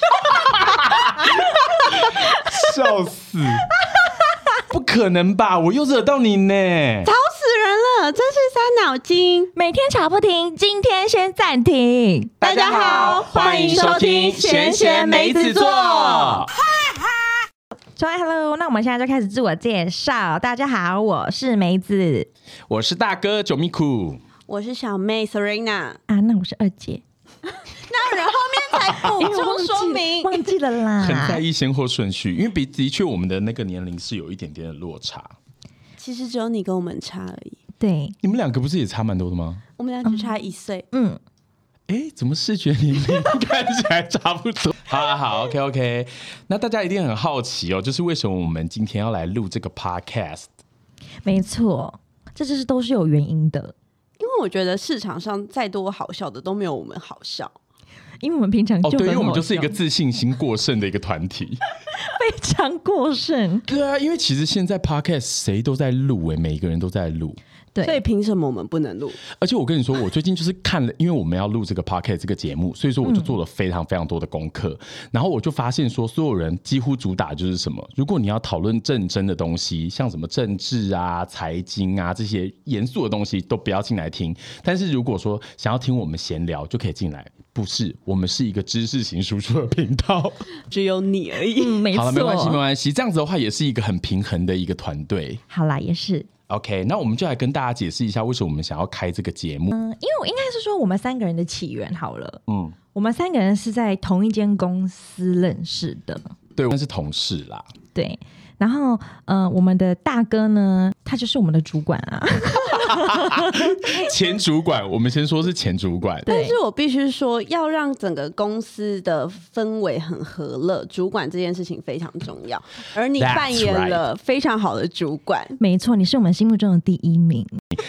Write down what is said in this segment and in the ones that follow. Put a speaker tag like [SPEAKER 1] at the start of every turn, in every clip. [SPEAKER 1] 笑死！不可能吧？我又惹到你呢！
[SPEAKER 2] 吵死人了，真是伤脑筋。
[SPEAKER 3] 每天吵不停，今天先暂停。
[SPEAKER 2] 大家好欢迎收听闲闲梅子座
[SPEAKER 3] 说 Hello，那我们现在就开始自我介绍。大家好，我是梅子
[SPEAKER 1] 我是大哥九米苦，
[SPEAKER 2] 我是小妹 Serena，
[SPEAKER 3] 啊，那我是二姐，
[SPEAKER 2] 那人后面才补
[SPEAKER 3] 哎忘
[SPEAKER 2] 充
[SPEAKER 3] 记
[SPEAKER 2] 说明，
[SPEAKER 3] 忘记了
[SPEAKER 2] 啊
[SPEAKER 1] 很在
[SPEAKER 3] 啦。
[SPEAKER 1] 意先后顺序，因为比的确我们的那个年龄是有一点点的落差。
[SPEAKER 2] 其实只有你跟我们差而已，
[SPEAKER 3] 对，
[SPEAKER 1] 你们两个不是也差蛮多的吗？
[SPEAKER 2] 我们俩只差一岁。
[SPEAKER 3] 嗯，
[SPEAKER 1] 哎，怎么视觉年龄看起来差不多？ 好啦好，OK OK。那大家一定很好奇哦，就是为什么我们今天要来录这个 Podcast？
[SPEAKER 3] 没错，这就是都是有原因的，
[SPEAKER 2] 因为我觉得市场上再多好笑的都没有我们好笑，
[SPEAKER 3] 因为我们平常就
[SPEAKER 1] 哦，对，因为我
[SPEAKER 3] 很
[SPEAKER 1] 们
[SPEAKER 3] 好
[SPEAKER 1] 就是一个
[SPEAKER 3] 笑
[SPEAKER 1] 自信心过剩的一个团体。
[SPEAKER 3] 非常过剩，
[SPEAKER 1] 对啊，因为其实现在 podcast 谁都在录诶，每一个人都在录。
[SPEAKER 3] 对，
[SPEAKER 2] 所以凭什么我们不能录？
[SPEAKER 1] 而且我跟你 说，我最近就是看了，因为我们要录这个 podcast 这个节目，所以说我就做了非常非常多的功课。然后我就发现说，所有人几乎主打就是什么？如果你要讨论认真的东西，像什么政治啊、财经啊这些严肃的东西，都不要进来听。但是如果说想要听我们闲聊，就可以进来。不是，我们是一个知识型输出的频道。
[SPEAKER 2] 只有你而已。
[SPEAKER 3] 嗯，没
[SPEAKER 1] 好
[SPEAKER 3] 错，
[SPEAKER 1] 了，没关系，没关系。这样子的话，也是一个很平衡的一个团队。
[SPEAKER 3] 好啦，也是。
[SPEAKER 1] OK，那我们就来跟大家解释一下，为什么我们想要开这个节目。
[SPEAKER 3] 嗯，因为我应该是说我们三个人的起源好了，
[SPEAKER 1] 嗯，
[SPEAKER 3] 我们三个人是在同一间公司认识的，
[SPEAKER 1] 对，我们是同事啦。
[SPEAKER 3] 对。然后，呃，我们的大哥呢，他就是我们的主管啊，
[SPEAKER 1] 前主管，我们先说是前主管。
[SPEAKER 3] 对
[SPEAKER 2] 但是我必须说，要让整个公司的氛围很和乐，主管这件事情非常重要。而你
[SPEAKER 1] That's
[SPEAKER 2] 扮演了非常好的主管，
[SPEAKER 3] 没错，你是我们心目中的第一名，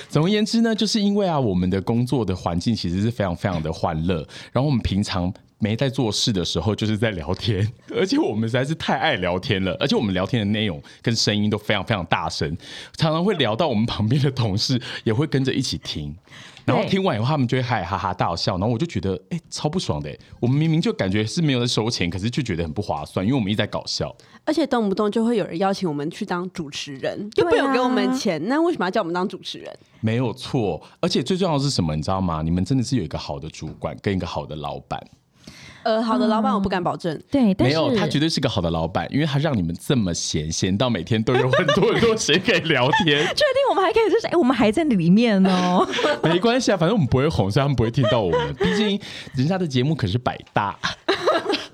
[SPEAKER 1] 总而言之呢，就是因为啊，我们的工作的环境其实是非常非常的欢乐，然后我们平常。没在做事的时候，就是在聊天， 而且我们实在是太爱聊天了，而且我们聊天的内容跟声音都非常非常大声，常常会聊到我们旁边的同事也会跟着一起听，然后
[SPEAKER 3] 对
[SPEAKER 1] 听完以后他们就会嗨哈哈大笑，然后我就觉得哎、超不爽的、我们明明就感觉是没有在收钱，可是就觉得很不划算，因为我们一直在搞笑。
[SPEAKER 2] 而且动不动就会有人邀请我们去当主持人，又不
[SPEAKER 3] 对啊
[SPEAKER 2] 有给我们钱，那为什么要叫我们当主持人？
[SPEAKER 1] 没有错，而且最重要的是什么，你知道吗？你们真的是有一个好的主管跟一个好的老板。
[SPEAKER 2] 呃，好的，老板，我不敢保证。
[SPEAKER 3] 对，但
[SPEAKER 1] 没
[SPEAKER 3] 是
[SPEAKER 1] 有，他绝对是个好的老板，因为他让你们这么闲，闲到每天都有很多很多谁可以聊天。
[SPEAKER 3] 确定我们还可以就是，哎，我们还在里面哦，
[SPEAKER 1] 没关系啊，反正我们不会红，所以他们不会听到我 们。毕竟人家的节目可是百 大。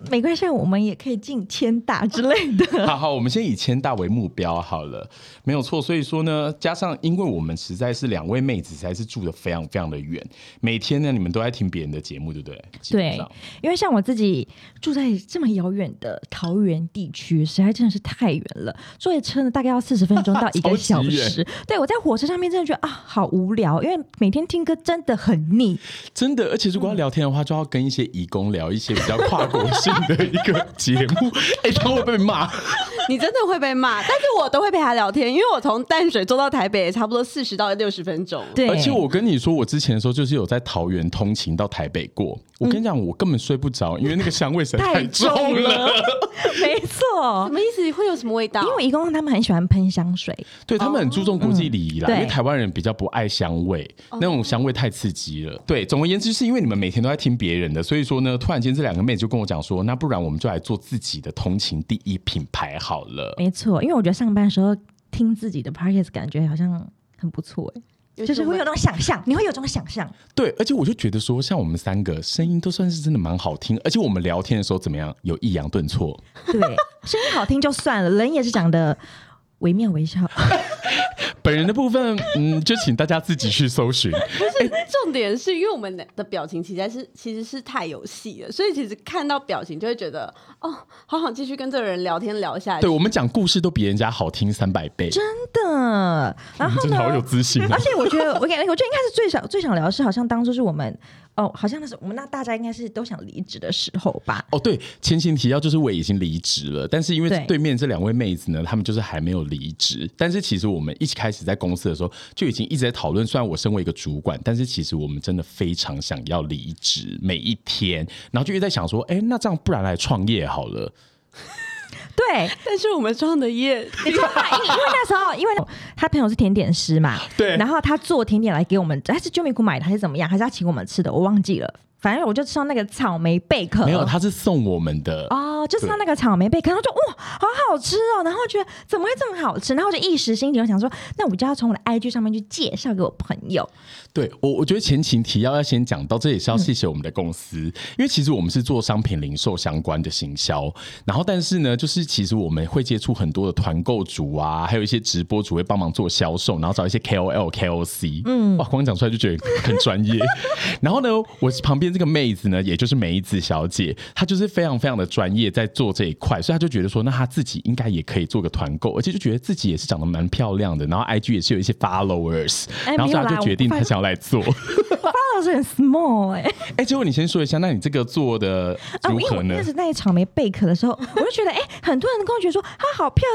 [SPEAKER 3] 没关系，我们也可以进千大之类的，
[SPEAKER 1] 好好，我们先以千大为目标好了，没有错。所以说呢，加上因为我们实在是两位妹子，实在是住的非常非常的远，每天呢你们都在听别人的节目，对不对？基本
[SPEAKER 3] 对
[SPEAKER 1] 上，
[SPEAKER 3] 因为像我自己住在这么遥远的桃园地区，实在真的是太远了，坐一车呢大概要四十分钟到 一
[SPEAKER 1] 超
[SPEAKER 3] 个
[SPEAKER 1] 级
[SPEAKER 3] 小
[SPEAKER 1] 远
[SPEAKER 3] 时。对我在火车上面真的觉得啊，好无聊，因为每天听歌真的很腻。
[SPEAKER 1] 真的，而且如果要聊天的话，就要跟一些义工聊一些比较跨国性的一个节 目。哎、他会被骂。
[SPEAKER 2] 你真的会被骂，但是我都会陪他聊天，因为我从淡水坐到台北也差不多四十到六十分钟。
[SPEAKER 3] 对，
[SPEAKER 1] 而且我跟你说，我之前的时候就是有在桃园通勤到台北过。我跟你讲，我根本睡不着，因为那个香味实在
[SPEAKER 3] 嗯太
[SPEAKER 1] 重
[SPEAKER 3] 重了，没
[SPEAKER 2] 什
[SPEAKER 3] 错。
[SPEAKER 2] 么意思？会有什么味道？
[SPEAKER 3] 因为一共他们很喜欢喷香水，
[SPEAKER 1] 对他们很注重国际礼仪啦，
[SPEAKER 3] 嗯
[SPEAKER 1] 因为
[SPEAKER 3] 对哦
[SPEAKER 1] 台湾人比较不爱香味，那种香味太刺激了。对，总而言之，是因为你们每天都在听别人的，所以说呢，突然间这两个妹就跟我讲说，那不然我们就来做自己的通勤第一品牌好了。
[SPEAKER 3] 没错。因为我觉得上班的时候听自己的 podcast 感觉好像很不错哎、
[SPEAKER 2] 有
[SPEAKER 3] 就是
[SPEAKER 2] 什么
[SPEAKER 3] 会有那种想象，你会有这种想象。
[SPEAKER 1] 对，而且我就觉得说，像我们三个声音都算是真的蛮好听，而且我们聊天的时候怎么样，有抑扬顿 挫。
[SPEAKER 3] 对，声音好听就算了，人也是长得惟妙惟肖。
[SPEAKER 1] 本人的部分，嗯，就请大家自己去搜寻。
[SPEAKER 2] 重点是因为我们的表情实在是其实是太有戏了，所以其实看到表情就会觉得哦，好想继续跟这个人聊天聊下去
[SPEAKER 1] 对。我们讲故事都比人家好听三百倍，
[SPEAKER 3] 真的。
[SPEAKER 1] 我
[SPEAKER 3] 然
[SPEAKER 1] 们
[SPEAKER 3] 后
[SPEAKER 1] 真的
[SPEAKER 3] 呢？
[SPEAKER 1] 好有自信啊
[SPEAKER 3] 而！且我觉得，我感觉，我觉得应该是最想最想聊的是，好像当初是我们哦，好像那是我们那大家应该是都想离职的时候吧。
[SPEAKER 1] 哦，对，前情提要就是我已经离职了，但是因为
[SPEAKER 3] 对
[SPEAKER 1] 对面这两位妹子呢，她们就是还没有离职。但是其实我们一开始在公司的时候就已经一直在讨论，虽然我身为一个主管，但是其实我们真的非常想要离职，每一天，然后就一直在想说，哎，那这样不然来创业好了。
[SPEAKER 3] 对，
[SPEAKER 2] 但是我们创的业，
[SPEAKER 3] 你知道吗？因为因为那时候，因为他朋友是甜点师嘛，
[SPEAKER 1] 对
[SPEAKER 3] 然后他做甜点来给我们，他是 j u m i 买的还是怎么样？还是他请我们吃的？我忘记了。反正我就吃到那个草莓贝壳，
[SPEAKER 1] 没有，他是送我们的。
[SPEAKER 3] 哦，就吃到那个草莓贝壳，然后就哇，好好吃哦，然后觉得怎么会这么好吃？然后就一时心情，我想说，那我就要从我的 IG 上面去介绍给我朋友。
[SPEAKER 1] 对我，我觉得前情提要要先讲到，这也是要谢谢我们的公司，因为其实我们是做商品零售相关的行销，然后但是呢，就是其实我们会接触很多的团购主啊，还有一些直播主会帮忙做销售，然后找一些 KOL、KOC，嗯，哇，光讲出来就觉得很专业。然后呢，我旁边这个妹子呢，也就是梅子小姐，她就是非常非常的专业，在做这一块，所以她就觉得说，那她自己应该也可以做个团购，而且就觉得自己也是长得蛮漂亮的，然后 IG 也是有一些 followers，
[SPEAKER 3] 哎
[SPEAKER 1] 然后所以
[SPEAKER 3] 没有啦
[SPEAKER 1] 她就决定
[SPEAKER 3] 我发
[SPEAKER 1] 她想要来做。
[SPEAKER 3] 那是很 small 哎、
[SPEAKER 1] 哎、结果你先说一下，那你这个做的
[SPEAKER 3] 啊，
[SPEAKER 1] 如
[SPEAKER 3] 因为
[SPEAKER 1] 何
[SPEAKER 3] 我
[SPEAKER 1] 呢
[SPEAKER 3] 那？时那一草莓贝壳的时候，我就觉得，哎、很多人跟我觉得说，她好漂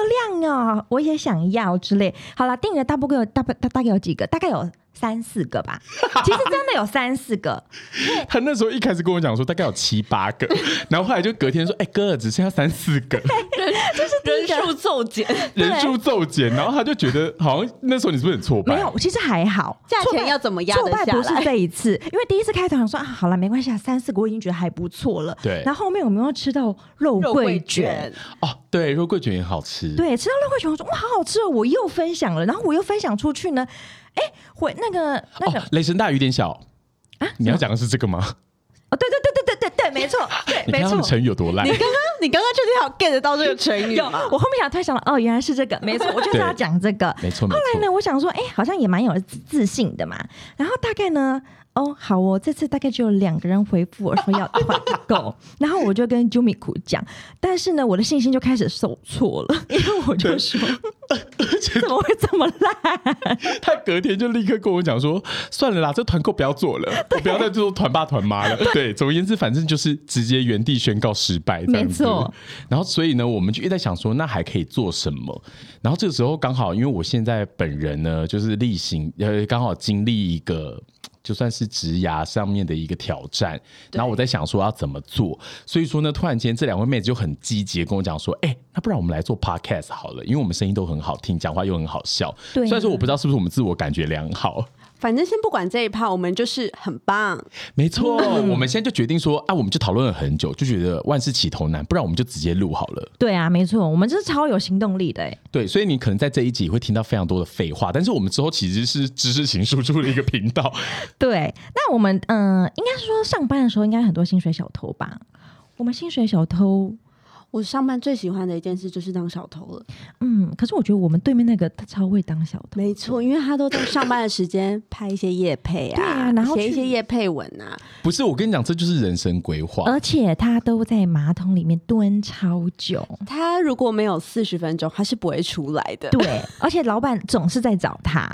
[SPEAKER 3] 亮哦，我也想要之类。好啦，订了大不过有大不大大概有几个？大概有三四 个吧。其实真的有三四个，
[SPEAKER 1] 他那时候一开始跟我讲说大概有七八 个，然后后来就隔天说，哎、哥只剩下三四个，
[SPEAKER 2] 就是人 数骤减，
[SPEAKER 1] 人数骤减，然后他就觉得好像那时候你是不是很挫败？
[SPEAKER 3] 没有，其实还好。
[SPEAKER 2] 价
[SPEAKER 3] 挫败
[SPEAKER 2] 钱要怎么压
[SPEAKER 3] 挫
[SPEAKER 2] 得
[SPEAKER 3] 败
[SPEAKER 2] 下
[SPEAKER 3] 不是
[SPEAKER 2] 来？
[SPEAKER 3] 这一次，因为第一次开头想说啊，好了，没关系啊，三四个我已经觉得还不错了。
[SPEAKER 1] 对
[SPEAKER 3] 然后后面我们又吃到肉
[SPEAKER 2] 肉
[SPEAKER 3] 桂
[SPEAKER 2] 桂
[SPEAKER 3] 卷，
[SPEAKER 2] 卷，
[SPEAKER 1] 哦，对，肉桂卷也好吃。
[SPEAKER 3] 对，吃到肉桂卷，我说哇，好好吃哦！我又分享了，然后我又分享出去呢，哎，回那个那个
[SPEAKER 1] 哦，雷声大雨点小啊，你要讲的是这个吗？
[SPEAKER 3] 哦，对对对对对对对，没 错，对，
[SPEAKER 1] 你
[SPEAKER 3] 哎没
[SPEAKER 1] 看他
[SPEAKER 3] 错
[SPEAKER 1] 们。成语有多烂
[SPEAKER 2] 你。刚刚你刚刚确定好 get 到这个成语
[SPEAKER 3] 有，
[SPEAKER 2] 吗？
[SPEAKER 3] 我后面想突然想到，哦，原来是这个，没错，我就是要
[SPEAKER 1] 啊对
[SPEAKER 3] 讲这个。
[SPEAKER 1] 没错没
[SPEAKER 3] 后来
[SPEAKER 1] 错，
[SPEAKER 3] 呢，我想说，哎、好像也蛮有自自信的嘛。然后大概呢，哦，好哦，这次大概只有两个人回复我说要团购， 然后我就跟 Jumiku 讲，但是呢，我的信心就开始受挫了，因为我就说， 怎么会这么烂？
[SPEAKER 1] 他隔天就立刻跟我讲说，算了啦，这团购不要做了，我不要再做团爸团 妈了。对，总而言之，反正就是直接原地宣告失败，这样子
[SPEAKER 3] 没错。
[SPEAKER 1] 然后所以呢，我们就一直在想说，那还可以做什么？然后这个时候刚好，因为我现在本人呢，就是例行呃，刚好经历一个。就算是职涯上面的一个挑战，然后我在想说要怎么做，所以说呢，突然间这两位妹子就很积极地跟我讲说，哎、那不然我们来做 podcast 好了，因为我们声音都很好听，讲话又很好笑。
[SPEAKER 3] 对啊
[SPEAKER 1] 虽然说我不知道是不是我们自我感觉良好，
[SPEAKER 2] 反正先不管这一趴，我们就是很棒。
[SPEAKER 1] 没错，
[SPEAKER 3] 嗯
[SPEAKER 1] 我们现在就决定说，啊，我们就讨论了很久，就觉得万事起头难，不然我们就直接录好了。
[SPEAKER 3] 对啊，没错，我们这是超有行动力的、哎，
[SPEAKER 1] 对，所以你可能在这一集会听到非常多的废话，但是我们之后其实是知识型输出的一个频道。
[SPEAKER 3] 对，那我们嗯、呃应该是说上班的时候应该很多薪水小偷吧？我们薪水小偷，
[SPEAKER 2] 我上班最喜欢的一件事就是当小偷了，
[SPEAKER 3] 嗯，可是我觉得我们对面那个他超会当小偷，
[SPEAKER 2] 没错，因为他都在上班的时 间拍一些夜配
[SPEAKER 3] 对啊
[SPEAKER 2] 啊，
[SPEAKER 3] 然后
[SPEAKER 2] 写一
[SPEAKER 3] 去
[SPEAKER 2] 些夜配文啊，
[SPEAKER 1] 不是，我跟你讲，这就是人生规划。
[SPEAKER 3] 而且他都在马桶里面蹲超久。
[SPEAKER 2] 他如果没有四十分钟，他是不会出来的。
[SPEAKER 3] 嗯对，而且老板总是在找他。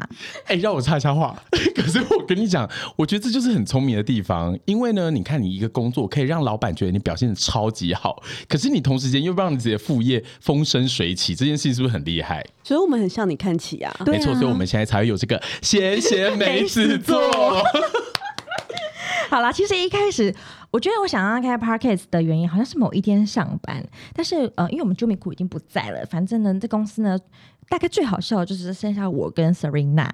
[SPEAKER 1] 哎、让我插一下话。 可是我跟你讲，我觉得这就是很聪明的地方，因为呢，你看你一个工作可以让老板觉得你表现的超级好，可是你同时间又让你自己的副业风生水起，这件事情是不是很厉害？
[SPEAKER 2] 所以我们很向你看齐啊。
[SPEAKER 3] 对
[SPEAKER 1] 没错，
[SPEAKER 3] 啊
[SPEAKER 1] 所以我们现在才会有这个闲闲没事做。
[SPEAKER 3] 好啦，其实一开始我觉得我想要开 podcast 的原因，好像是某一天上班，但是呃，因为我们 j u m i k 已经不在了，反正呢，这公司呢，大概最好笑的就是剩下我跟 Serena，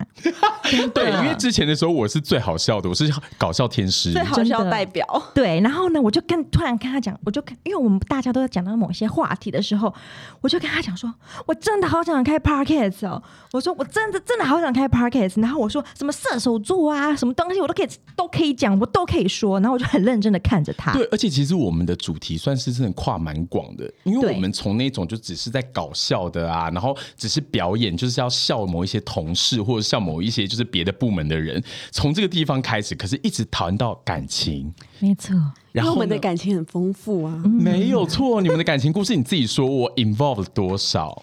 [SPEAKER 1] 对，因为之前的时候我是最好笑的，我是搞笑天师
[SPEAKER 2] 最。好笑
[SPEAKER 3] 真的
[SPEAKER 2] 代表，
[SPEAKER 3] 对，然后呢，我就跟突然跟他讲，我就跟因为我们大家都在讲到某些话题的时候，我就跟他讲说，我真的好想开 podcast 哦，我说我真的真的好想开 podcast，然后我说什么射手座啊，什么东西我都可以都可以讲，我都可以说，然后我就很认真的看着他，
[SPEAKER 1] 对，而且其实我们的主题算是真的跨蛮广的，因为
[SPEAKER 3] 对
[SPEAKER 1] 我们从那种就只是在搞笑的啊，然后只是表演，就是要笑某一些同事或者笑某一些就是别的部门的人，从这个地方开始，可是一直谈到感情，
[SPEAKER 3] 没错，
[SPEAKER 1] 然
[SPEAKER 2] 因为我
[SPEAKER 1] 后
[SPEAKER 2] 们的
[SPEAKER 1] 呢
[SPEAKER 2] 感情很丰富啊。
[SPEAKER 3] 嗯
[SPEAKER 1] 没有错，你们的感情故事你自己说，我 involve 多少？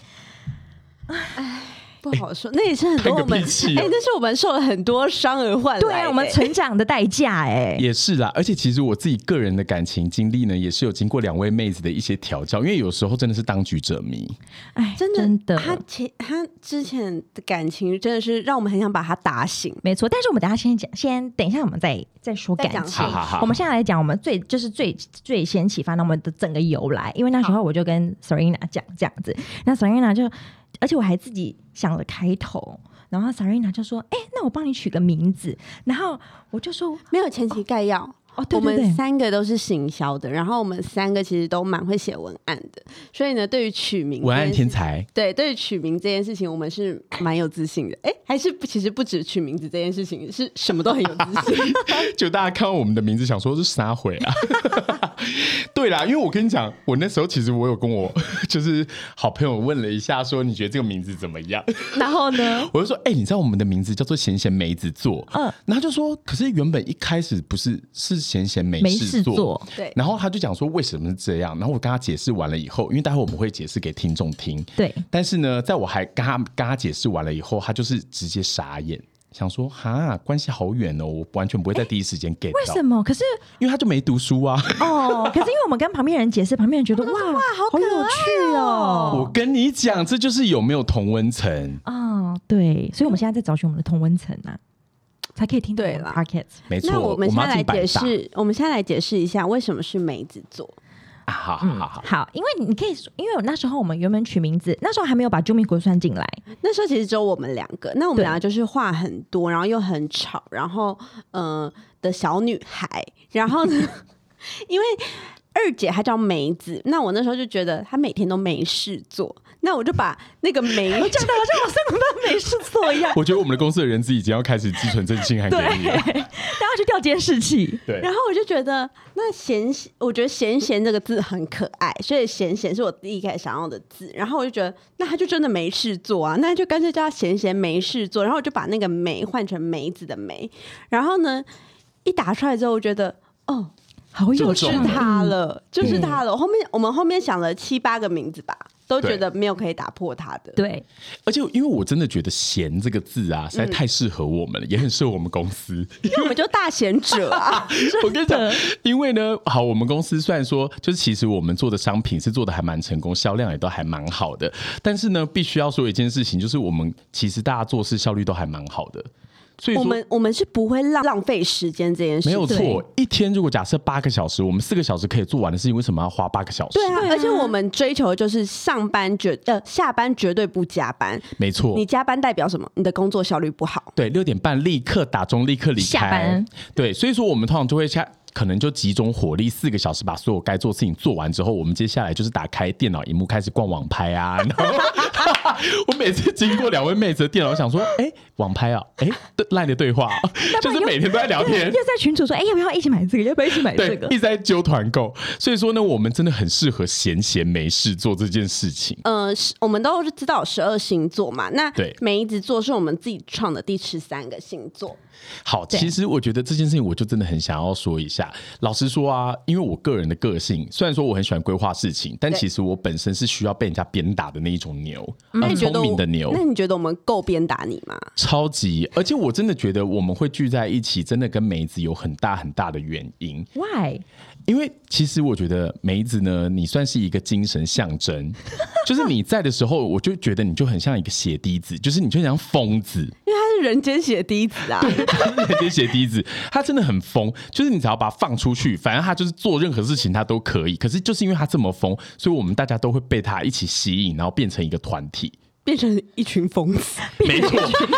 [SPEAKER 2] 不好说，那也是很多我们
[SPEAKER 1] 叹个屁气啊
[SPEAKER 2] 哎，那是我们受了很多伤而换来的。欸
[SPEAKER 3] 对啊，我们成长的 代价哎、
[SPEAKER 1] 也是啦，而且其实我自己个人的感情经历呢，也是有经过两位妹子的一些调教，因为有时候真的是当局者迷。
[SPEAKER 3] 哎，
[SPEAKER 2] 真的，
[SPEAKER 3] 真的，
[SPEAKER 2] 他前他之前的感情真的是让我们很想把他打醒。
[SPEAKER 3] 没错，但是我们等一下先讲，先等一下，我们再再说
[SPEAKER 2] 再讲
[SPEAKER 3] 感情
[SPEAKER 1] 好好好。
[SPEAKER 3] 我们现在来讲，我们最就是最最先启发到我们的整个由来，因为那时候我就跟 Serena 讲这样子，那 Serena 就，而且我还自己想了开头，然后 Serena 就说：“哎、那我帮你取个名字。”然后我就说
[SPEAKER 2] 没有前期概要。：“
[SPEAKER 3] 哦，对对
[SPEAKER 2] 我们
[SPEAKER 3] 对，
[SPEAKER 2] 三个都是行销的，然后我们三个其实都蛮会写文案的，所以呢，对于取名
[SPEAKER 1] 文案
[SPEAKER 2] 这件
[SPEAKER 1] 天
[SPEAKER 2] 事，
[SPEAKER 1] 才，
[SPEAKER 2] 对，对于取名这件事情，我们是蛮有自信的。哎，还是不其实不止取名字这件事情，是什么都很有自 信。
[SPEAKER 1] 就大家看到我们的名字，想说这是啥回啊？ 对啦，因为我跟你讲，我那时候其实我有跟我 就是好朋友问了一下，说你觉得这个名字怎么样？
[SPEAKER 3] 然后呢？”
[SPEAKER 1] 我就说，哎、你知道我们的名字叫做闲闲梅子座，嗯，然后他就说，可是原本一开始不是是闲闲没
[SPEAKER 3] 没
[SPEAKER 1] 事
[SPEAKER 3] 事
[SPEAKER 1] 做，
[SPEAKER 3] 做，
[SPEAKER 2] 对
[SPEAKER 1] 然后他就讲说为什么是这样，然后我跟他解释完了以后，因为待会我们会解释给听众听，
[SPEAKER 3] 对，
[SPEAKER 1] 但是呢，在我还跟他跟他解释完了以后，他就是直接傻眼，想说哈，关系好远哦，我完全不会在第一时间 get
[SPEAKER 3] 为
[SPEAKER 1] 到，
[SPEAKER 3] 什么？可是
[SPEAKER 1] 因为他就没读书啊。
[SPEAKER 3] 哦， 可是因为我们跟旁边人解释，旁边人觉得哇，哇，好有趣哦。
[SPEAKER 1] 我跟你讲，这就是有没有同温层，
[SPEAKER 3] 哦，对，所以我们现在在找寻我们的同温层啊，才可以听
[SPEAKER 2] 嗯对啦
[SPEAKER 3] 啦 p o d c a s
[SPEAKER 1] 没错。
[SPEAKER 2] 那我们现
[SPEAKER 1] 要
[SPEAKER 2] 在来
[SPEAKER 1] 进百
[SPEAKER 2] 解
[SPEAKER 1] 大
[SPEAKER 2] 释，我们现在来解释一下为什么是梅子座。
[SPEAKER 1] 啊，好好好
[SPEAKER 2] 嗯
[SPEAKER 1] 好，
[SPEAKER 3] 好，因为你可以说，因为我那时候我们原本取名字，那时候还没有把救命国算进来，
[SPEAKER 2] 那时候其实只有我们两个，那我们
[SPEAKER 3] 对
[SPEAKER 2] 两个就是话很多，然后又很吵，然后嗯、呃的小女孩，然后呢， 因为二姐她叫梅子，那我那时候就觉得她每天都没事做，那我就把那个梅
[SPEAKER 3] 我讲的好像我生活都没事做一样，
[SPEAKER 1] 我觉得我们的公司的人资已经要开始寄存真信函给你了。
[SPEAKER 3] 大家去调监视器。
[SPEAKER 1] 对，
[SPEAKER 2] 然后我就觉得，那闲闲，我觉得“闲闲”这个字很可爱，所以“闲闲”是我第一开始想要的字。然后我就觉得，那他就真的没事做啊，那就干脆叫他“闲闲没事做”。然后我就把那个“梅”换成梅子的“梅”。然后呢，一打出来之后，我觉得，哦，
[SPEAKER 3] 好有
[SPEAKER 2] 就是
[SPEAKER 3] 趣
[SPEAKER 1] 中
[SPEAKER 2] 他了，就是他了。后面我们后面想了七八个名字吧，都觉得没有可以打破他的。
[SPEAKER 3] 对，
[SPEAKER 1] 而且因为我真的觉得“闲”这个字啊，实在太适合我们了，也很适合我们公司。
[SPEAKER 2] 因为我们就大贤者 啊，
[SPEAKER 1] 我跟你讲，因为呢，好，我们公司虽然说，就是其实我们做的商品是做的还蛮成功，销量也都还蛮好的，但是呢，必须要说一件事情，就是我们其实大家做事效率都还蛮好的，所以
[SPEAKER 2] 我
[SPEAKER 1] 说。
[SPEAKER 2] 们我们是不会浪浪费时间这件事
[SPEAKER 1] 没
[SPEAKER 2] 情。
[SPEAKER 1] 有错，一天如果假设八个小时，我们四个小时可以做完的事情，为什么要花八个小时？
[SPEAKER 2] 对啊，
[SPEAKER 3] 对啊
[SPEAKER 2] 而且我们追求就是上班绝呃下班绝对不加班，
[SPEAKER 1] 没错
[SPEAKER 2] 你，加班代表什么？你的工作效率不好。
[SPEAKER 1] 对，六点半立刻打钟，立刻离开。
[SPEAKER 3] 下班
[SPEAKER 1] 对，所以说我们通常就会下，可能就集中火力四个小时把所有该做的事情做完之后，我们接下来就是打开电脑荧幕开始逛网拍啊。然后 我每次经过两位妹子的电脑，我想说，哎、网拍啊，哎、对赖的对话啊、就是每天都在聊天
[SPEAKER 3] 又。在群主说，哎，要不要一起买这个？要不要一起买
[SPEAKER 1] 对
[SPEAKER 3] 这，个
[SPEAKER 1] 一？直在揪团购，所以说呢，我们真的很适合闲闲没事做这件事情。
[SPEAKER 2] 呃，是我们都是知道十二星座嘛，那
[SPEAKER 1] 对
[SPEAKER 2] 梅子座是我们自己创的第十三个星座，
[SPEAKER 1] 好，
[SPEAKER 3] 对
[SPEAKER 1] 其实我觉得这件事情，我就真的很想要说一下。老实说啊，因为我个人的个性，虽然说我很喜欢规划事情，但
[SPEAKER 2] 对嗯
[SPEAKER 1] 其实我本身是需要被人家鞭打的那一种牛，
[SPEAKER 2] 那
[SPEAKER 1] 很
[SPEAKER 2] 你觉得
[SPEAKER 1] 聪
[SPEAKER 2] 我
[SPEAKER 1] 明的牛
[SPEAKER 2] 那，你觉得我们够鞭打你吗？
[SPEAKER 1] 超级。而且我真的觉得我们会聚在一起，真的跟梅子有很大很大的原因。
[SPEAKER 3] ？Why？
[SPEAKER 1] 因为其实我觉得梅子呢，你算是一个精神象征，就是你在的时候，我就觉得你就很像一个血滴子，就是你就很像疯子。
[SPEAKER 2] 因为他是人间血滴子啊，
[SPEAKER 1] 那些鞋底子，他真的很疯，就是你只要把他放出去，反正他就是做任何事情他都可以。可是就是因为他这么疯，所以我们大家都会被他一起吸引，然后变成一个团体。
[SPEAKER 2] 变成一群 疯子。
[SPEAKER 1] 没错，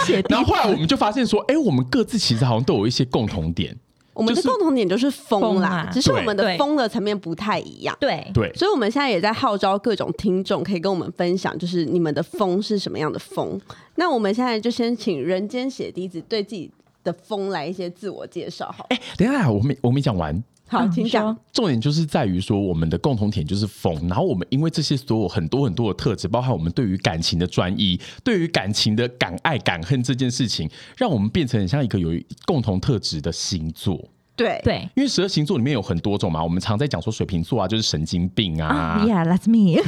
[SPEAKER 3] 写
[SPEAKER 1] 然后后来我们就发现说，哎、我们各自其实好像都有一些共同点。
[SPEAKER 2] 我们的
[SPEAKER 1] 就是
[SPEAKER 2] 共同点就是疯啦，
[SPEAKER 3] 疯啊
[SPEAKER 2] 只是我
[SPEAKER 1] 对
[SPEAKER 2] 们的
[SPEAKER 3] 对
[SPEAKER 2] 疯的层面不太一样。
[SPEAKER 3] 对
[SPEAKER 1] 对，
[SPEAKER 2] 所以我们现在也在号召各种听众，可以跟我们分享，就是你们的风是什么样的风。那我们现在就先请人间血滴子对自己的风来一些自我介绍，好了，
[SPEAKER 1] 等一下我没我没讲完，
[SPEAKER 2] 好，
[SPEAKER 3] 哎嗯
[SPEAKER 2] 请讲。
[SPEAKER 1] 重点就是在于说，我们的共同点就是疯，然后我们因为这些所有很多很多的特质，包含我们对于感情的专一，对于感情的敢爱敢恨这件事情，让我们变成很像一个有共同特质的星座。
[SPEAKER 2] 对
[SPEAKER 3] 对
[SPEAKER 1] 因为十二星座里面有很多种嘛，我们常在讲说水瓶座啊，就是神经病啊
[SPEAKER 3] 啊、y e a h that's me 。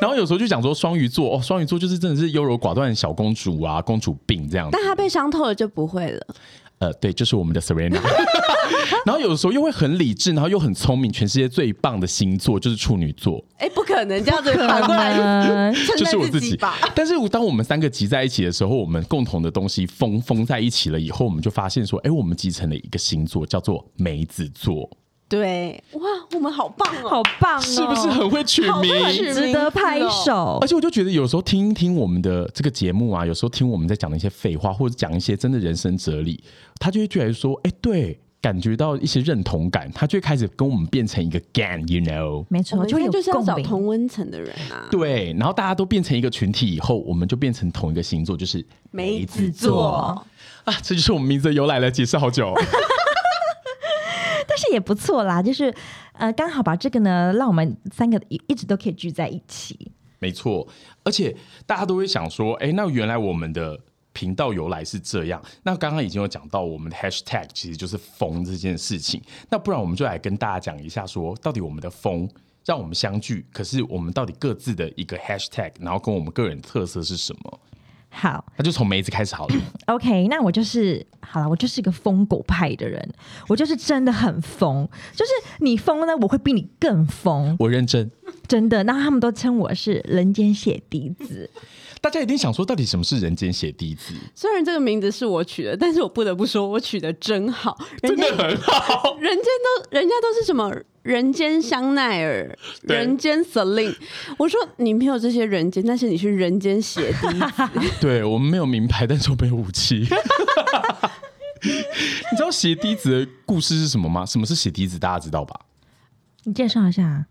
[SPEAKER 1] 然后有时候就讲说双鱼座哦，双鱼座就是真的是优柔寡断的小公主啊，公主病这样子
[SPEAKER 2] 但。他被伤透了就不会了。
[SPEAKER 1] 呃，对，就是我们的 Serena。然后有的时候又会很理智，然后又很聪明，全世界最棒的星座就是处女座。
[SPEAKER 2] 哎、不可能这样子反过来
[SPEAKER 3] 嗯，
[SPEAKER 2] 称
[SPEAKER 1] 就是我
[SPEAKER 2] 赞
[SPEAKER 1] 自
[SPEAKER 2] 己
[SPEAKER 1] 己
[SPEAKER 2] 吧？。
[SPEAKER 1] 但是我当我们三个集在一起的时候，我们共同的东西封封在一起了以后，我们就发现说，哎，我们集成了一个星座，叫做梅子座，
[SPEAKER 2] 对，哇，我们好棒哦！
[SPEAKER 3] 好棒、哦，
[SPEAKER 1] 是不是很会取
[SPEAKER 2] 好会取
[SPEAKER 1] 名？
[SPEAKER 3] 值得拍手
[SPEAKER 1] 而？且我就觉得，有时候听一听我们的这个节目啊，有时候听我们在讲的一些废话，或者讲一些真的人生哲理，他就会觉得说，哎，对，感觉到一些认同感，他就会开始跟我们变成一个 gang，you know。
[SPEAKER 3] 没
[SPEAKER 2] 我
[SPEAKER 3] 错，
[SPEAKER 2] 们
[SPEAKER 3] 就会
[SPEAKER 2] 现在
[SPEAKER 3] 有
[SPEAKER 2] 就是要
[SPEAKER 3] 共
[SPEAKER 2] 找
[SPEAKER 3] 鸣。
[SPEAKER 2] 同温层的人啊。
[SPEAKER 1] 对，然后大家都变成一个群体以后，我们就变成同一个星座，就是
[SPEAKER 2] 梅
[SPEAKER 1] 子
[SPEAKER 2] 子座，
[SPEAKER 1] 啊，这就是我们名字的由来了。解释好久，
[SPEAKER 3] 但是也不错啦，就是呃，刚好把这个呢，让我们三个一一直都可以聚在一起。
[SPEAKER 1] 没错。而且大家都会想说，哎，那原来我们的频道由来是这样。那刚刚已经有讲到，我们的 hashtag 其实就是“风”这件事情。那不然我们就来跟大家讲一下说，到底我们的风。让我们相聚，可是我们到底各自的一个 hashtag，然后跟我们个人特色是什么？
[SPEAKER 3] 好
[SPEAKER 1] 那就从梅子开始好了。
[SPEAKER 3] ，OK，那我就是好了，我就是个疯狗派的人，我就是真的很疯，就是你疯呢，我会比你更疯，
[SPEAKER 1] 我认真，
[SPEAKER 3] 真的。那他们都称我是人间血滴子，
[SPEAKER 1] 大家一定想说，到底什么是人间血滴子？
[SPEAKER 2] 虽然这个名字是我取的，但是我不得不说，我取的真好。
[SPEAKER 1] 真
[SPEAKER 2] 人家
[SPEAKER 1] 的很好，
[SPEAKER 2] 人间都人家都是什么人间香奈儿，
[SPEAKER 1] 对
[SPEAKER 2] 人间 Celine。我说你没有这些人间，但是你是人间血滴子。
[SPEAKER 1] 对我们没有名牌，但是我们有武器。 你知道血滴子的故事是什么吗？什么是血滴子？大家知道吧？
[SPEAKER 3] 你介绍一下啊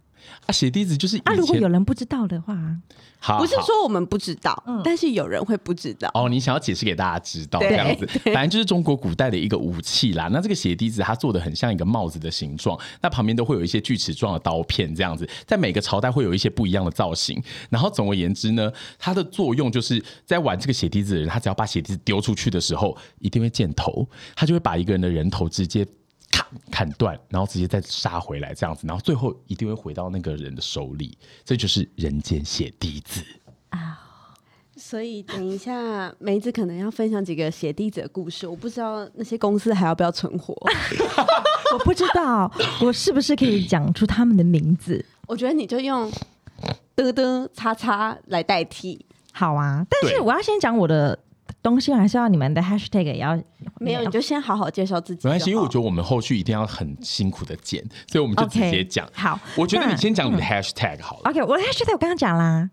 [SPEAKER 1] 啊，血滴子就是以
[SPEAKER 3] 啊？如果
[SPEAKER 1] 前
[SPEAKER 3] 有人不知道的话， 啊
[SPEAKER 1] 好
[SPEAKER 2] 不是
[SPEAKER 1] 好嗯
[SPEAKER 2] 说我们不知道，但是有人会不知道。
[SPEAKER 1] 哦，你想要解释给大家知道
[SPEAKER 2] 对
[SPEAKER 1] 这样子，反正就是中国古代的一个武器啦。那这个血滴子它做的很像一个帽子的形状，那旁边都会有一些锯齿状的刀片这样子，在每个朝代会有一些不一样的造型。然后总而言之呢，它的作用就是在玩这个血滴子的人，他只要把血滴子丢出去的时候，一定会见头，他就会把一个人的人头直接。咔砍断，然后直接再杀回来，这样子，然后最后一定会回到那个人的手里，这就是人间血滴子。
[SPEAKER 2] 所以等一下梅子可能要分享几个血滴子的故事，我不知道那些公司还要不要存 活。
[SPEAKER 3] 我不知道我是不是可以讲出他们的名字。
[SPEAKER 2] 我觉得你就用的的叉叉来代替，
[SPEAKER 3] 好啊，但是
[SPEAKER 1] 对
[SPEAKER 3] 我要先讲我的东西，还是要你们的 hashtag 也要
[SPEAKER 2] 没有你就先好好介绍自己就
[SPEAKER 1] 嗯没
[SPEAKER 2] 好。
[SPEAKER 1] 关系，因为我觉得我们后续一定要很辛苦的剪，所以我们就直
[SPEAKER 3] OK，
[SPEAKER 1] 接讲。
[SPEAKER 3] 好
[SPEAKER 1] 我觉得
[SPEAKER 3] 那嗯
[SPEAKER 1] 你先讲你的 hashtag 好了。
[SPEAKER 3] OK，我的 hashtag 我刚刚讲啦，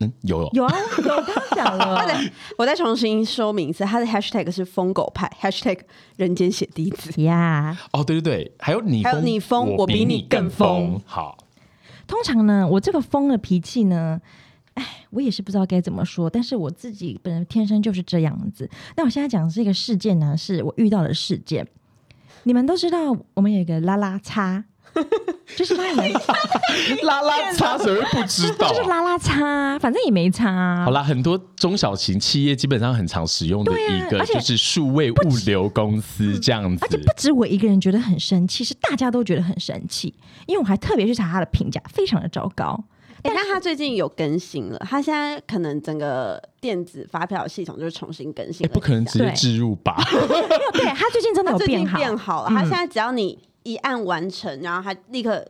[SPEAKER 1] 嗯，有有
[SPEAKER 3] 有啊，有我刚刚讲了
[SPEAKER 2] 我再重新说明一次，他的 hashtag 是疯狗派，hashtag 人间血滴子。
[SPEAKER 3] 呀。
[SPEAKER 1] 哦，对对对，还有你
[SPEAKER 2] 还有你疯我比你更疯。
[SPEAKER 1] 好，
[SPEAKER 3] 通常呢，我这个疯的脾气呢，哎，我也是不知道该怎么说，但是我自己本人天生就是这样子。那我现在讲的这个事件呢，是我遇到的事件。你们都知道，我们有一个拉拉叉， 就是拉你们，
[SPEAKER 1] 拉拉叉谁会不知道
[SPEAKER 3] 就是
[SPEAKER 1] 啊？
[SPEAKER 3] 拉拉叉，反正也没差啊、
[SPEAKER 1] 好啦，很多中小型企业基本上很常使用的
[SPEAKER 3] 对啊
[SPEAKER 1] 一个
[SPEAKER 3] 而且
[SPEAKER 1] 就是数位物流公司这样
[SPEAKER 3] 而且
[SPEAKER 1] 子
[SPEAKER 3] 不，止我一个人觉得很生气，是大家都觉得很生气，因为我还特别去查他的评价，非常的糟糕。
[SPEAKER 2] 哎、那他最近有更新了，他现在可能整个电子发票系统就是重新更新
[SPEAKER 1] 也
[SPEAKER 2] 了一下，
[SPEAKER 1] 哎
[SPEAKER 3] 哎
[SPEAKER 1] 不可能直接
[SPEAKER 3] 对
[SPEAKER 1] 置入吧？
[SPEAKER 3] 哦 对他最近真的
[SPEAKER 2] 他
[SPEAKER 3] 有
[SPEAKER 2] 最近
[SPEAKER 3] 变好，嗯
[SPEAKER 2] 变好了，他现在只要你一按完成，然后他立刻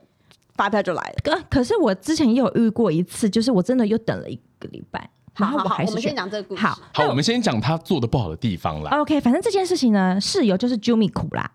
[SPEAKER 2] 发票就来了。
[SPEAKER 3] 可可是我之前也有遇过一次，就是我真的又等了一个礼拜，然后
[SPEAKER 2] 好好，
[SPEAKER 3] 还
[SPEAKER 2] 我
[SPEAKER 3] 是
[SPEAKER 2] 们
[SPEAKER 3] 觉
[SPEAKER 2] 先
[SPEAKER 3] 得
[SPEAKER 2] 讲这个故事。
[SPEAKER 3] 好，
[SPEAKER 1] 好，我们先讲他做的不好的地方啦，
[SPEAKER 3] OK，反正这件事情呢，室友就是 Jimmy 苦啦，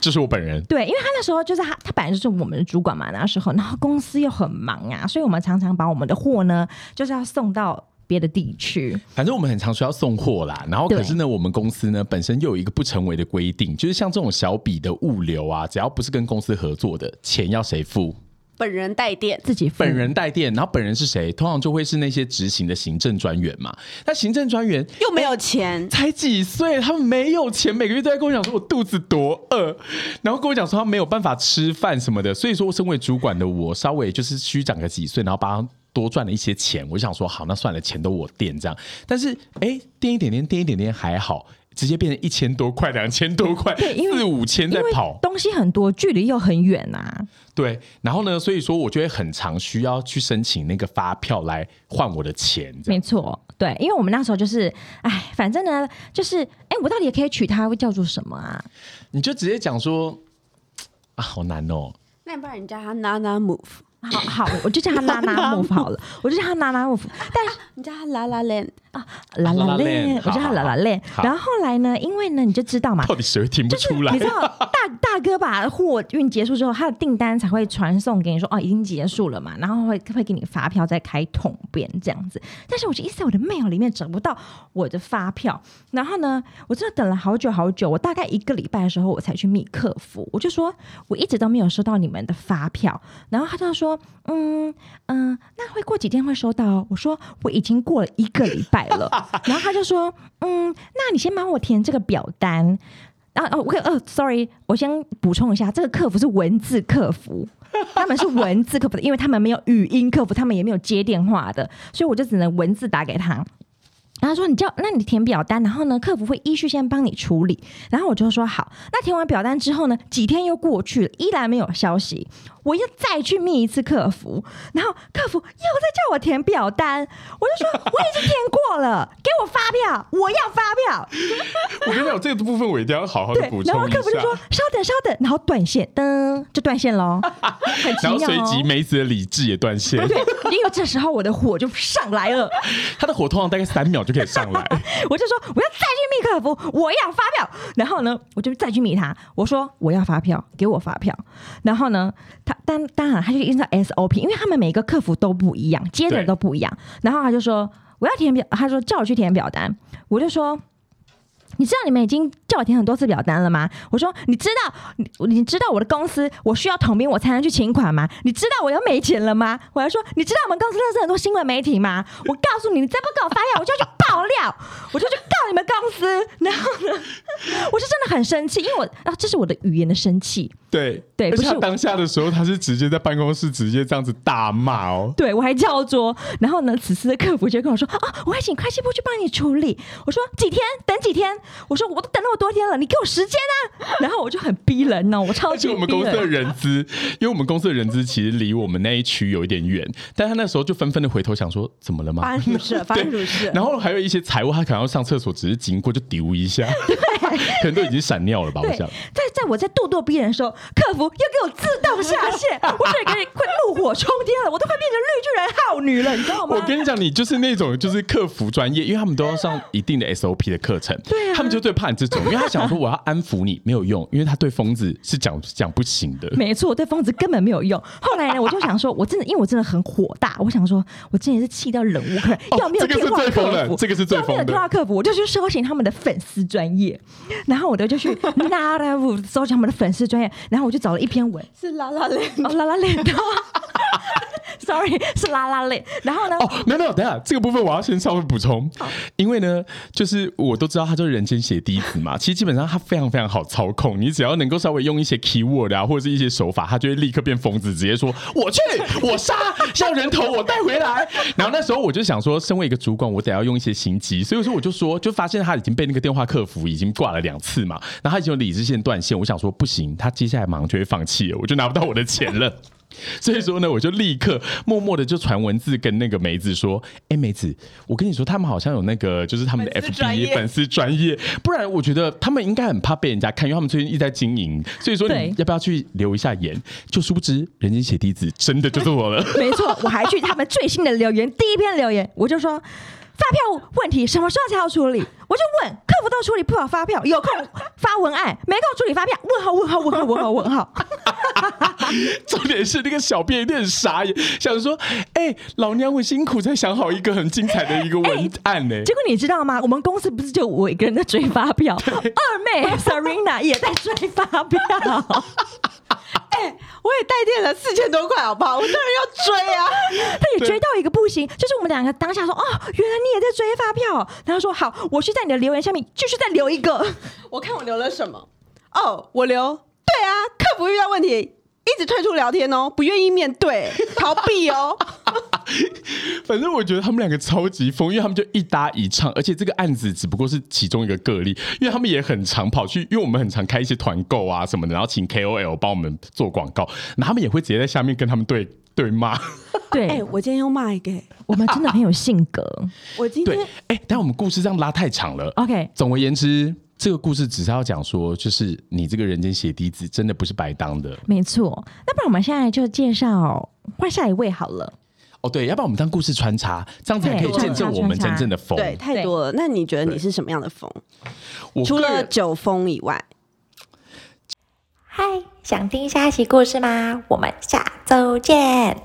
[SPEAKER 1] 就是我本人。
[SPEAKER 3] 对，因为他那时候就是他，他本来就是我们的主管嘛，那时候，然后公司又很忙啊，所以我们常常把我们的货呢，就是要送到别的地区。
[SPEAKER 1] 反正我们很常需要送货啦，然后
[SPEAKER 3] 对
[SPEAKER 1] 可是呢，我们公司呢本身又有一个不成文的规定，就是像这种小笔的物流啊，只要不是跟公司合作的，钱要谁付？
[SPEAKER 2] 本人带电，
[SPEAKER 3] 自己付
[SPEAKER 1] 本人带电，然后本人是谁？通常就会是那些执行的行政专员嘛。那行政专员
[SPEAKER 2] 又没有
[SPEAKER 3] 哎
[SPEAKER 2] 钱，
[SPEAKER 1] 才几岁，他们没有钱，每个月都在跟我讲说我肚子多饿，然后跟我讲说他没有办法吃饭什么的。所以说，身为主管的我，稍微就是虚长个几岁，然后帮他多赚了一些钱，我就想说好，那算了，钱都我垫这样。但是哎，垫一点点，垫一点点还好。直接变成一千多块、两千多块、
[SPEAKER 3] 对因为
[SPEAKER 1] 四五千在
[SPEAKER 3] 因为
[SPEAKER 1] 跑。
[SPEAKER 3] 东西很多，距离又很远啊。
[SPEAKER 1] 对，然后呢，所以说我就会很常需要去申请那个发票来换我的钱，这样
[SPEAKER 3] 没错，
[SPEAKER 1] 啊
[SPEAKER 3] 对，因为我们那时候就是，哎，反正呢，就是，哎，我到底可以取它会叫做什么啊？
[SPEAKER 1] 你就直接讲说啊，好难哦，
[SPEAKER 2] 那你不然你叫他 Nana Move，
[SPEAKER 3] 好好，我就叫它拉拉木好 了，我就叫它拉拉木，但是
[SPEAKER 2] 你叫他 La La Land，
[SPEAKER 3] 拉
[SPEAKER 1] 拉
[SPEAKER 3] 拉
[SPEAKER 1] 拉
[SPEAKER 3] 链
[SPEAKER 1] 链，
[SPEAKER 3] 我
[SPEAKER 1] 好
[SPEAKER 3] 叫它
[SPEAKER 1] 好
[SPEAKER 3] 拉拉链。
[SPEAKER 1] 好
[SPEAKER 3] 然后后来呢，因为呢，你就知道嘛，
[SPEAKER 1] 到底谁会听不出来？
[SPEAKER 3] 你知道大大哥把货运结束之后，他的订单才会传送给你说哦，已经结束了嘛，然后会会给你发票再开统编这样子。但是我就一直在我的 mail 里面找不到我的发票，然后呢，我真的等了好久好久，我大概一个礼拜的时候我才去密客服，我就说我一直都没有收到你们的发票，然后他就说嗯嗯、那会过几天会收到哦。我说我已经过了一个礼拜了，然后他就说嗯，那你先帮我填这个表单。啊哦，我可以呃，sorry，我先补充一下，这个客服是文字客服，他们是文字客服的，因为他们没有语音客服，他们也没有接电话的，所以我就只能文字打给他。然后他说你叫，那你填表单，然后呢，客服会依序先帮你处理。然后我就说好，那填完表单之后呢，几天又过去了，依然没有消息，我又再去密一次客服，然后客服又在叫我填表单，我就说我已经填过了，给我发票，我要发票。
[SPEAKER 1] 我跟你讲，这个部分我一定要好好的
[SPEAKER 3] 对
[SPEAKER 1] 补，
[SPEAKER 3] 然
[SPEAKER 1] 充
[SPEAKER 3] 后
[SPEAKER 1] 一
[SPEAKER 3] 客服就
[SPEAKER 1] 下。
[SPEAKER 3] 说稍等稍等，然后断线，噔就断 线喽，很奇
[SPEAKER 1] 然后
[SPEAKER 3] 妙
[SPEAKER 1] 随即
[SPEAKER 3] 哦。
[SPEAKER 1] 梅子的理智也断线，
[SPEAKER 3] 对，因为这时候我的火就上来了，
[SPEAKER 1] 他的火通常大概三秒就可以上来。
[SPEAKER 3] 我就说我要再去密客服，我要发票。然后呢，我就再去密他，我说我要发票，给我发票。然后呢，他当当然他就依照 SOP，因为他们每个客服都不一样，接的
[SPEAKER 1] 对
[SPEAKER 3] 都不一样。然后他就说我要填表，他说叫我去填表单，我就说你知道你们已经叫我填很多次表单了吗？我说你知道你你知道我的公司我需要统编我才能去请款吗？你知道我要没钱了吗？我还说你知道我们公司认识很多新闻媒体吗？我告诉你，你再不给我发票，我就要去爆料，我就去告你们公司。然后呢，我是真的很生气，因为我啊，这是我的语言的生气。
[SPEAKER 1] 对
[SPEAKER 3] 对
[SPEAKER 1] 而
[SPEAKER 3] 不
[SPEAKER 1] 且
[SPEAKER 3] 是
[SPEAKER 1] 他
[SPEAKER 3] 我
[SPEAKER 1] 当下的时候，他是直接在办公室直接这样子大骂哦。
[SPEAKER 3] 对我还叫桌，然后呢，此时的客服就跟我说啊，我还请会计部去帮你处理。我说几天，等几天。我说我都等那么多天了，你给我时间啊。 然后我就很逼人哦，我超
[SPEAKER 1] 而且
[SPEAKER 3] 级
[SPEAKER 1] 我们
[SPEAKER 3] 逼
[SPEAKER 1] 公司的
[SPEAKER 3] 人。
[SPEAKER 1] 人资，因为我们公司的人资其实离我们那一区有一点远，但他那时候就纷纷的回头想说，怎么了吗？
[SPEAKER 2] 发生什么 事了？发生什么事了？
[SPEAKER 1] 然后还有一些财务，他可能要上厕所，只是经过就丢一下，可能都已经闪尿了吧？我
[SPEAKER 3] 对，
[SPEAKER 1] 想，
[SPEAKER 3] 在在我在咄咄逼人的时候，客服又给我自动下线，我整个人快怒火冲天了，我都快变成绿巨人浩女了，你知道吗？
[SPEAKER 1] 我跟你讲，你就是那种就是客服专业，因为他们都要上一定的 SOP 的课程，
[SPEAKER 3] 对啊
[SPEAKER 1] 他们就最怕你这种，因为他想说我要安抚你没有用，因为他对疯子是讲讲不行 的。
[SPEAKER 3] 没错，对疯子根本没有用。后来呢，我就想说，我真的，因为我真的很火大，我想说，我真的是气到忍无可忍，
[SPEAKER 1] 哦
[SPEAKER 3] 要没有
[SPEAKER 1] 这个
[SPEAKER 3] 电
[SPEAKER 1] 是
[SPEAKER 3] 话
[SPEAKER 1] 最疯
[SPEAKER 3] 客
[SPEAKER 1] 的
[SPEAKER 3] 服，
[SPEAKER 1] 这个是最
[SPEAKER 3] 要没有
[SPEAKER 1] 疯的
[SPEAKER 3] 电话客服，我就去搜寻他们的粉丝专业，然后我的就去拉拉舞搜寻他们的粉丝专业，然后我就找了一篇文，
[SPEAKER 2] 是 La La Land，
[SPEAKER 3] 哦，拉拉链的，sorry，是拉拉链，然后呢，
[SPEAKER 1] 哦，没有没有，等一下这个部分我要先稍微补充，因为呢，就是我都知道他就是人间血滴子嘛， 其实基本上他非常非常好操控，你只要能够稍微用一些 keyword 啊，或者是一些手法，他就会立刻变疯子，直接说我去，我杀，要人头我带回来。然后那时候我就想说，身为一个主管，我得要用一些心机，所以说我就说，就发现他已经被那个电话客服已经挂了两次嘛，然后他已经有理智线断线，我想说不行，他接下来马上就会放弃了，我就拿不到我的钱了。 所以说呢，我就立刻默默的就传文字跟那个梅子说：“哎，梅子，我跟你说，他们好像有那个，就是他们的
[SPEAKER 2] 粉丝专
[SPEAKER 1] FB
[SPEAKER 2] 业
[SPEAKER 1] 粉丝专业，不然我觉得他们应该很怕被人家看，因为他们最近一直在经营。所以说，
[SPEAKER 3] 对
[SPEAKER 1] 你要不要去留一下言？就殊不知，人间写弟子真的就是我 了。
[SPEAKER 3] 没错，我还去他们最新的留言，第一篇留言我就说。发票问题什么时候才要处理？我就问客服都处理不好发票，有空发文案，没空处理发票。问号问号问号问号 问号。
[SPEAKER 1] 重点是那个小编有点傻眼，想说：哎、老娘我辛苦才想好一个很精彩的一个文案
[SPEAKER 2] 哎
[SPEAKER 1] 呢、
[SPEAKER 3] 结果你知道吗？我们公司不是就我一个人在追发票， 二妹 Serena 也在追发 票。
[SPEAKER 2] 哎我也带电了四千多块，好不好？我当然要追啊！
[SPEAKER 3] 他也追到一个不行，就是我们两个当下说：“哦，原来你也在追发票。”然后说：“好，我去在你的留言下面继续再留一个。
[SPEAKER 2] 我看我留了什么？哦，我留对啊，客服遇到问题一直退出聊天哦，不愿意面对，逃避哦。”
[SPEAKER 1] 反正我觉得他们两个超级疯，因为他们就一搭一唱，而且这个案子只不过是其中一个个例，因为他们也很常跑去，因为我们很常开一些团购啊什么的，然后请 KOL 帮我们做广告，然后他们也会直接在下面跟他们对对骂。
[SPEAKER 3] 对、
[SPEAKER 2] 哎、我今天又骂一个、
[SPEAKER 3] 我们真的很有性格。
[SPEAKER 2] 我今
[SPEAKER 1] 对
[SPEAKER 2] 天，
[SPEAKER 1] 哎、但我们故事这样拉太长了。
[SPEAKER 3] OK，
[SPEAKER 1] 总而言之，这个故事只是要讲说，就是你这个人间血滴子真的不是白当的
[SPEAKER 3] 没错。那不然我们现在就介绍换下一位好了。
[SPEAKER 1] 哦。对，要不然我们当故事穿插，这样才可以
[SPEAKER 3] 对
[SPEAKER 1] 见证我们真正的疯。
[SPEAKER 2] 对，太多了。那你觉得你是什么样的风？
[SPEAKER 1] 我
[SPEAKER 2] 除
[SPEAKER 1] 个
[SPEAKER 2] 了
[SPEAKER 1] 人
[SPEAKER 2] 酒疯以外，
[SPEAKER 4] 嗨，想听下一期故事吗？我们下周见。